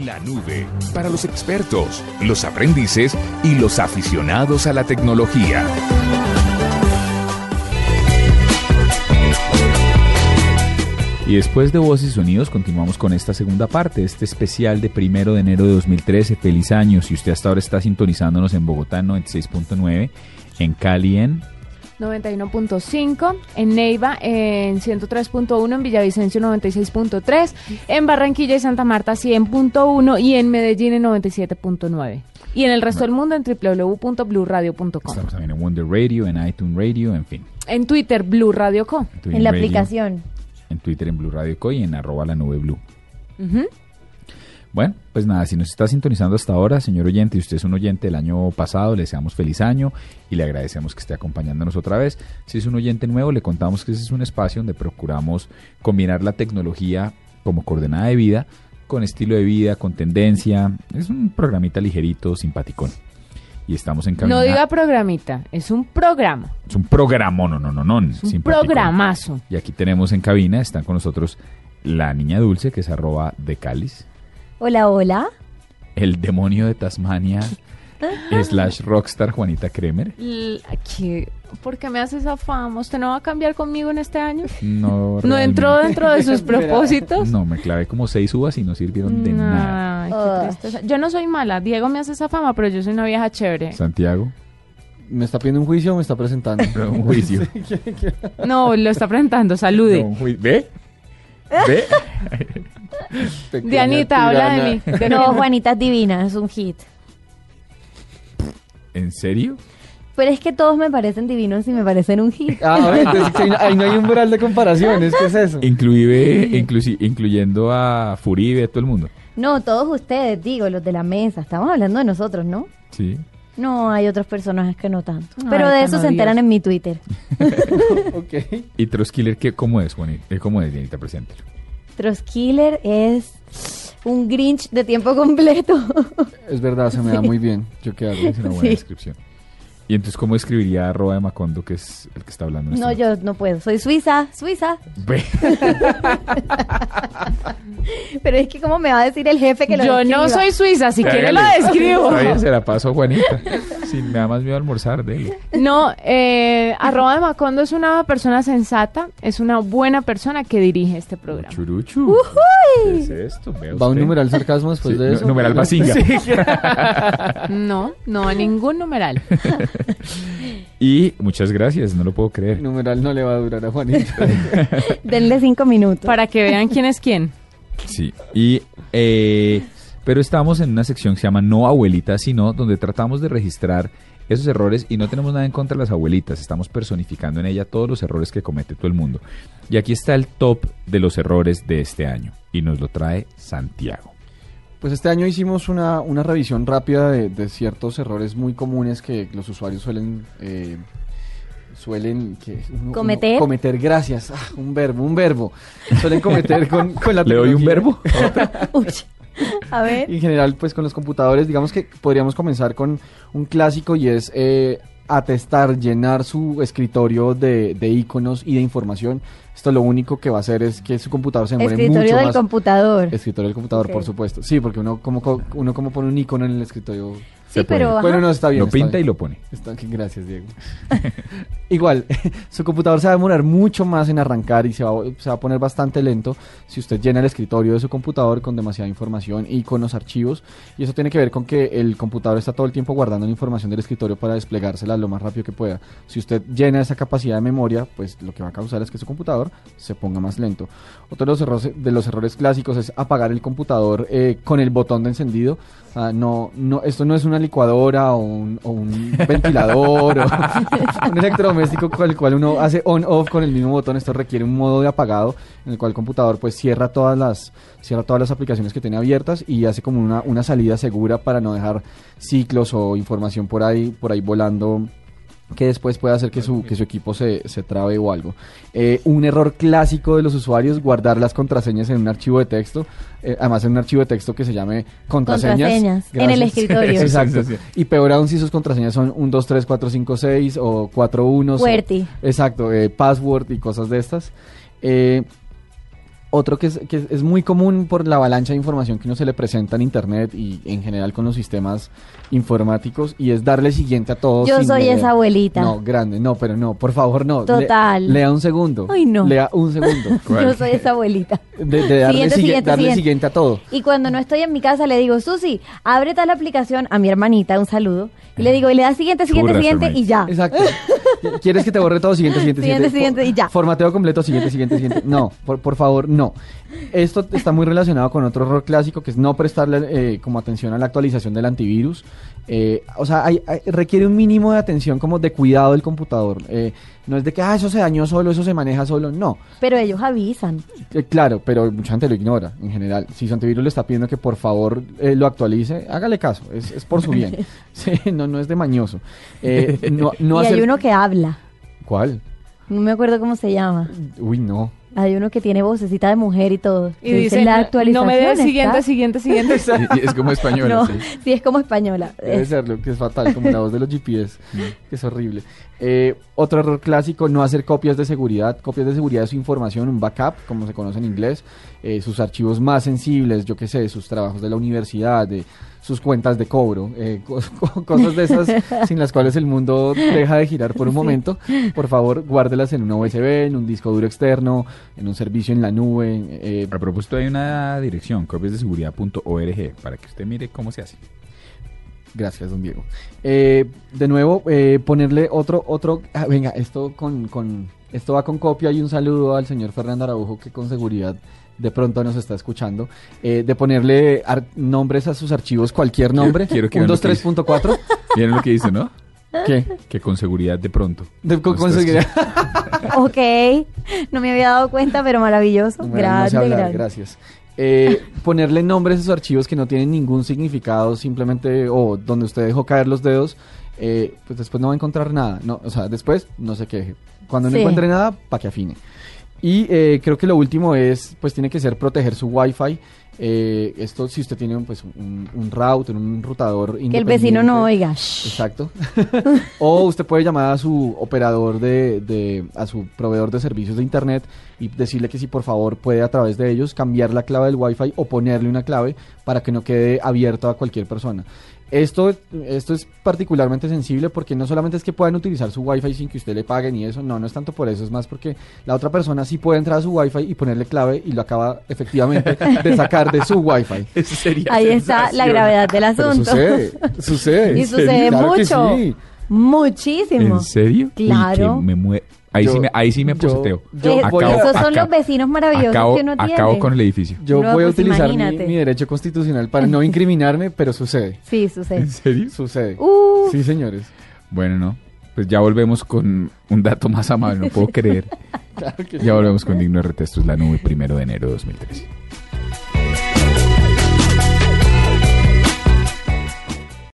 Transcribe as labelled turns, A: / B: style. A: La nube, para los expertos, los aprendices y los aficionados a la tecnología. Y después de Voces y Sonidos continuamos con esta segunda parte, este especial de primero de enero de 2013. Feliz año. Si usted hasta ahora está sintonizándonos en Bogotá en 96.9, en Cali en
B: 91.5, en Neiva en 103.1, en Villavicencio 96.3, en Barranquilla y Santa Marta 100.1 y en Medellín en 97.9. Y en el resto del mundo en www.bluradio.com.
A: Estamos también en Wonder Radio, en iTunes Radio, en fin.
B: En Twitter, Blue Radio Co.
A: Twitter
C: En la
A: Radio,
C: aplicación.
A: En Twitter, en Blue Radio Co y en arroba la nube blue.
B: Ujú.
A: Bueno, pues nada, si nos está sintonizando hasta ahora, señor oyente, y usted es un oyente del año pasado, le deseamos feliz año y le agradecemos que esté acompañándonos otra vez. Si es un oyente nuevo, le contamos que ese es un espacio donde procuramos combinar la tecnología como coordenada de vida, con estilo de vida, con tendencia. Es un programita ligerito, simpaticón. Y estamos en
B: No diga programita, es un programa,
A: Es un programón, no, no, no, no.
B: es un programazo.
A: Y aquí tenemos en cabina, están con nosotros la niña dulce, que es arroba de cáliz.
C: Hola, hola.
A: el demonio de Tasmania slash rockstar Juanita Kremer.
B: L- ¿qué? ¿Por qué me hace esa fama? ¿Usted no va a cambiar conmigo en este año?
A: No,
B: ¿No
A: realmente-
B: entró dentro de sus propósitos?
A: No, me clavé como seis uvas y no sirvieron de nada.
B: Ay, qué
C: Ah.
B: tristeza. Yo no soy mala, Diego me hace esa fama, pero yo soy una vieja chévere.
A: Santiago,
D: ¿Me está pidiendo un juicio o me está presentando?
A: no, un juicio.
B: No, lo está presentando, salude.
A: No, un juicio. ¿Ve? ¿Ve?
D: Pequeña
B: Dianita, habla de mí.
D: tirana.
B: ¿De
C: No,
B: quién?
C: Juanita es divina, es un hit.
A: ¿En serio?
C: Pero es que todos me parecen divinos y me parecen un hit.
D: Ah, a ver, entonces, ahí no- ahí no hay un mural de comparaciones, ¿qué es eso?
A: Inclusive, inclusi- incluyendo a Furibe, a todo el mundo.
C: No, todos ustedes, digo, los de la mesa. Estamos hablando de nosotros, ¿no?
A: Sí.
C: No, hay otros personajes que no tanto.
B: Ay,
C: Pero de
B: tan
C: eso se
B: odioso.
C: enteran en mi Twitter.
D: ok.
A: ¿Y Troskiller qué, cómo es, Juanita? Eh, ¿Cómo es, Dianita? Preséntelo.
C: Troskiller es un Grinch de tiempo completo.
D: Es verdad, se me da muy bien. ¿Yo qué hago?
A: Es una buena
C: Sí.
A: descripción. ¿Y entonces cómo escribiría arroba de Macondo, que es el que está hablando? en este
C: No, yo no puedo. Soy suiza, suiza.
A: momento? Ve.
C: Pero es que cómo me va a decir el jefe que lo
B: Yo no
C: describa?
B: soy suiza, si quiere la
A: Hágale.
B: describo.
A: Está bien, se la paso a Juanita. Sin nada más miedo a almorzar, dele.
B: No, eh, arroba de Macondo es una persona sensata, es una buena persona que dirige este programa.
A: Churuchu. ¿Qué es esto? Vea
D: ¿Va un
A: usted.
D: numeral sarcasmo después
A: Sí,
D: de
A: nu-
D: eso?
A: numeral Basinga.
B: No, no a ningún numeral.
A: Y muchas gracias, no lo puedo creer.
D: Numeral no le va a durar a Juanita.
C: Denle cinco minutos.
B: Para que vean quién es quién.
A: Sí. Y, eh, pero estamos en una sección que se llama No Abuelita, sino donde tratamos de registrar esos errores y no tenemos nada en contra de las abuelitas. Estamos personificando en ella todos los errores que comete todo el mundo. Y aquí está el top de los errores de este año. Y nos lo trae Santiago.
D: Pues este año hicimos una, una revisión rápida de, de ciertos errores muy comunes que los usuarios suelen... eh, suelen que uno-
C: ¿Cometer?
D: uno- cometer gracias Ah, un verbo un verbo suelen cometer con, con la
A: ¿Le doy un
D: tecnología.
A: verbo?
C: Uy, a ver.
D: en general, pues con los computadores, digamos que podríamos comenzar con un clásico y es eh, atestar, llenar su escritorio de, de iconos y de información. Esto lo único que va a hacer es que su computador se demore
C: Escritorio
D: mucho
C: del
D: más.
C: computador.
D: Escritorio del computador,
C: Ok.
D: por supuesto. Sí, porque uno como, co- uno como pone un icono en el escritorio.
A: Se
C: Sí,
A: puede.
C: pero. ajá.
D: Bueno, no, está bien.
A: Lo
D: está
A: pinta y
D: bien.
A: lo pone.
D: Está- gracias, Diego. Igual, su computador se va a demorar mucho más en arrancar y se va, a- se va a poner bastante lento si usted llena el escritorio de su computador con demasiada información y con los archivos. Y eso tiene que ver con que el computador está todo el tiempo guardando la información del escritorio para desplegársela lo más rápido que pueda. Si usted llena esa capacidad de memoria, pues lo que va a causar es que su computador se ponga más lento. Otro de los errores, de los errores clásicos es apagar el computador eh, con el botón de encendido. Ah, no, no, esto no es una licuadora o un, o un ventilador o un electrodoméstico con el cual uno hace on-off con el mismo botón. Esto requiere un modo de apagado en el cual el computador pues cierra todas las, cierra todas las aplicaciones que tiene abiertas y hace como una, una salida segura para no dejar ciclos o información por ahí, por ahí volando que después puede hacer que su, que su equipo se, se trabe o algo. Eh, un error clásico de los usuarios, guardar las contraseñas en un archivo de texto, eh, además en un archivo de texto que se llame contraseñas.
C: Contraseñas, en el escritorio.
D: Exacto.
A: Sí, sí,
D: Y peor aún si sus contraseñas son 1, 2, 3, 4, 5, 6 o 4, 1.
C: Fuerte.
D: Exacto, eh, password y cosas de estas. Eh, Otro que es, que es muy común por la avalancha de información que uno se le presenta en Internet y en general con los sistemas informáticos y es darle siguiente a todos.
C: Yo
D: sin
C: soy
D: leer.
C: esa abuelita.
D: No, grande, no, pero no, por favor, no. Le-
C: Total.
D: lea un segundo.
C: Ay, no.
D: Lea un segundo.
A: ¿Cuál?
C: Yo soy esa abuelita.
D: De, de darle,
C: Siguiente,
D: sigue-
C: siguiente,
D: darle
C: siguiente.
D: siguiente a todo.
C: Y cuando no estoy en mi casa le digo, Susi, abre tal aplicación a mi hermanita, un saludo. Y
D: Ah.
C: le digo, y le da siguiente, siguiente,
A: Churras,
C: siguiente
A: hermanita.
C: y ya.
D: Exacto. ¿Quieres que te borre todo? Siguiente, siguiente,
C: Ah. Siguiente,
D: siguiente.
C: siguiente, y ya.
D: Formateo completo, siguiente, siguiente, siguiente. No, por, por favor, no. Esto está muy relacionado con otro error clásico que es no prestarle eh, como atención a la actualización del antivirus. Eh, o sea, hay- hay- requiere un mínimo de atención, como de cuidado del computador. Eh, no es de que, ah, eso se dañó solo, eso se maneja solo. No.
C: Pero ellos avisan.
D: Eh, Claro, pero mucha gente lo ignora en general. Si su antivirus le está pidiendo que por favor eh, lo actualice, hágale caso, es, es por su bien. Sí, no, no es de mañoso. Eh, no, no
C: y hay
D: hacer-
C: uno que habla.
D: ¿Cuál?
C: No me acuerdo cómo se llama.
D: Uy, no.
C: Hay uno que tiene vocecita de mujer y todo.
B: Y dicen,
C: la
B: no
C: actualización.
B: me des siguiente,
C: está".
B: siguiente, siguiente.
A: Y- y es como español.
C: No, Eh.
A: sí.
C: sí, es como española.
D: Debe
C: Es-
D: serlo, que es fatal, como la voz de los GPS, que es horrible. Eh, otro error clásico, no hacer copias de seguridad. Copias de seguridad es su información, un backup, como se conoce en inglés. eh, sus archivos más sensibles, yo qué sé, sus trabajos de la universidad, de sus cuentas de cobro, eh, co- co- cosas de esas sin las cuales el mundo deja de girar por un momento. Por favor, guárdelas en una USB, en un disco duro externo, en un servicio en la nube. eh,
A: A propósito, hay una dirección, copiasdeseguridad.org, para que usted mire cómo se hace.
D: Gracias, don Diego. Eh, de nuevo, eh, ponerle otro, otro, ah, venga, esto con, con, esto va con copia y un saludo al señor Fernando Araujo que con seguridad de pronto nos está escuchando, eh, de ponerle ar- nombres a sus archivos, cualquier nombre,
A: quiero que
D: un
A: vean lo
D: 2,
A: que
D: 3,
A: dice.
D: punto cuatro.
A: Miren lo que dice, ¿no?
D: ¿Qué?
A: Que con seguridad de pronto.
D: De- con, con
A: Ustedes-
D: seguridad.
C: ok, no me había dado cuenta, pero maravilloso.
D: Bueno, no sé
C: grande,
D: hablar,
C: grande.
D: Gracias. Eh, ponerle nombres a sus archivos que no tienen ningún significado, simplemente, o donde usted dejó caer los dedos, eh, pues después no va a encontrar nada. No, o sea, después no se queje. Cuando no
C: Sí.
D: encuentre nada, para que afine. Y eh, creo que lo último es, pues tiene que ser proteger su wifi. Eh, esto si usted tiene pues, un, un router, un rotador
C: Que el vecino no oiga. Shh.
D: Exacto. o usted puede llamar a su operador de, de- a su proveedor de servicios de internet y decirle que si por favor puede a través de ellos cambiar la clave del wifi o ponerle una clave para que no quede abierto a cualquier persona. Esto, esto es particularmente sensible porque no solamente es que puedan utilizar su wifi sin que usted le pague ni eso, no, no es tanto por eso, es más porque la otra persona sí puede entrar a su wifi y ponerle clave y lo acaba efectivamente de sacar de su wifi.
A: Eso sería
C: Ahí está la
A: sensacional.
C: gravedad del
D: Pero
C: asunto.
D: sucede, sucede.
C: Y
D: en serio,
C: sucede
D: claro que
C: mucho.
D: sí.
C: Muchísimo.
A: ¿En serio? Uy,
C: Claro.
A: que me mue- ahí,
D: Yo-
A: sí me, ahí sí me
D: yo-
A: poseteo.
D: yo
C: Eh,
D: voy a-
C: esos son
A: acabo-
C: los vecinos maravillosos
A: acabo,
C: que uno tiene.
A: acabo con el edificio.
D: Yo
C: No,
D: voy a
C: pues
D: utilizar mi,
C: imagínate.
D: mi derecho constitucional para no incriminarme, pero sucede.
C: Sí, sucede.
A: ¿En serio?
D: Sucede.
C: Uh,
D: Sí, señores.
A: Bueno, no. Pues ya volvemos con un dato más amable, no puedo creer.
D: Claro que sí.
A: Ya volvemos con Digno RT, esto es la nube, primero de enero de 2013.